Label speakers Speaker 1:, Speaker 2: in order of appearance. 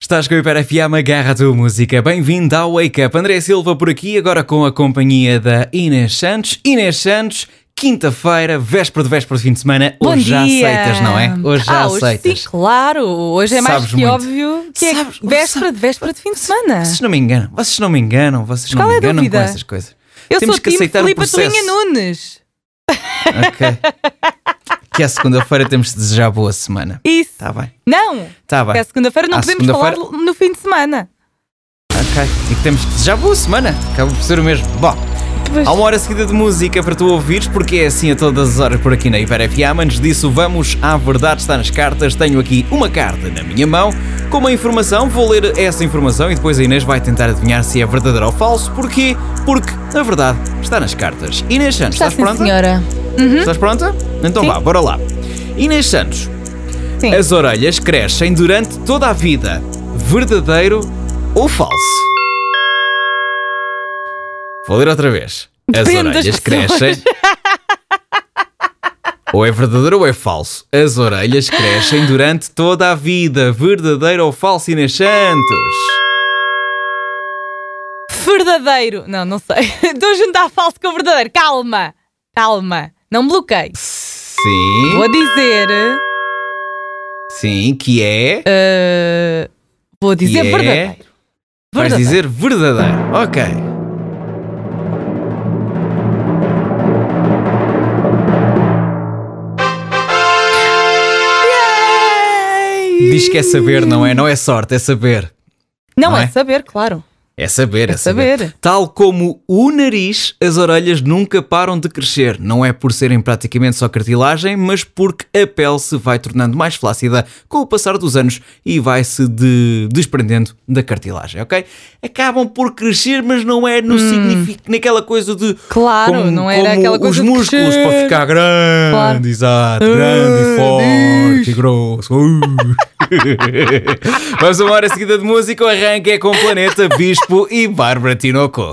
Speaker 1: Estás com o Hiper FM, agarra a tua música. Bem-vindo ao Wake Up. André Silva por aqui, agora com a companhia da Inês Santos. Inês Santos, quinta-feira, véspera de véspera de fim de semana.
Speaker 2: Bom
Speaker 1: hoje já
Speaker 2: dia.
Speaker 1: aceitas, não é? Hoje já
Speaker 2: ah,
Speaker 1: aceitas.
Speaker 2: Hoje sim, claro. Hoje é mais
Speaker 1: Sabes
Speaker 2: que
Speaker 1: muito.
Speaker 2: óbvio que é
Speaker 1: Sabes-
Speaker 2: véspera de véspera de fim de semana.
Speaker 1: Vocês não me enganam, vocês não me enganam, vocês não
Speaker 2: Qual
Speaker 1: me
Speaker 2: é a
Speaker 1: enganam com
Speaker 2: dúvida?
Speaker 1: essas coisas.
Speaker 2: Eu
Speaker 1: Temos
Speaker 2: sou
Speaker 1: que
Speaker 2: time
Speaker 1: aceitar o
Speaker 2: Filipe
Speaker 1: processo.
Speaker 2: Atuinha Nunes.
Speaker 1: Ok. que a segunda-feira temos de desejar boa semana.
Speaker 2: Isso.
Speaker 1: Está bem,
Speaker 2: Não.
Speaker 1: está
Speaker 2: É
Speaker 1: bem.
Speaker 2: segunda-feira, não
Speaker 1: À
Speaker 2: podemos falar
Speaker 1: segunda-feira-
Speaker 2: no fim de semana.
Speaker 1: Ok. E que temos de desejar boa semana. Acaba por ser o mesmo. Bom. Há uma hora seguida de música para tu ouvires, porque é assim a todas as horas por aqui na Iber FM. Antes disso, vamos à verdade, está nas cartas. Tenho aqui uma carta na minha mão com uma informação. Vou ler essa informação e depois a Inês vai tentar adivinhar se é verdadeira ou falso. Porquê? Porque a verdade está nas cartas. Inês Santos, estás pronta?
Speaker 2: senhora.
Speaker 1: Estás pronta? Então
Speaker 2: Sim.
Speaker 1: vá, bora lá. Inês Santos,
Speaker 2: Sim.
Speaker 1: as orelhas crescem durante toda a vida. Verdadeiro ou falso? Vou ler outra vez. As
Speaker 2: Depende das
Speaker 1: orelhas
Speaker 2: pessoas.
Speaker 1: crescem. Ou é verdadeiro ou é falso? As orelhas crescem durante toda a vida. Verdadeiro ou falso, Inês Santos?
Speaker 2: Verdadeiro. Não, não sei. Estou a juntar falso com verdadeiro. Calma. Calma. Não me bloqueio.
Speaker 1: Sim.
Speaker 2: Vou dizer.
Speaker 1: Sim, que é.
Speaker 2: eh, vou dizer
Speaker 1: E é?
Speaker 2: verdadeiro.
Speaker 1: Vais
Speaker 2: Verdadeiro.
Speaker 1: dizer verdadeiro. Ok. Diz que é saber, não é? Não é sorte, é saber.
Speaker 2: Não,
Speaker 1: não
Speaker 2: é?
Speaker 1: é?
Speaker 2: saber, claro.
Speaker 1: É saber, é,
Speaker 2: É saber.
Speaker 1: Tal como o nariz, as orelhas nunca param de crescer. Não é por serem praticamente só cartilagem, mas porque a pele se vai tornando mais flácida com o passar dos anos e vai-se de- desprendendo da cartilagem, ok? Acabam por crescer, mas não é no signifi- naquela coisa de.
Speaker 2: Hum. Claro,
Speaker 1: como-
Speaker 2: não era
Speaker 1: como
Speaker 2: aquela coisa
Speaker 1: Os
Speaker 2: de
Speaker 1: músculos
Speaker 2: crescer.
Speaker 1: para ficar grande,
Speaker 2: Claro.
Speaker 1: exato,
Speaker 2: Ah,
Speaker 1: grande e forte
Speaker 2: diz.
Speaker 1: e grosso. Uh. Vamos a uma hora seguida de música. O arranque é com Planeta Bispo e Bárbara Tinoco.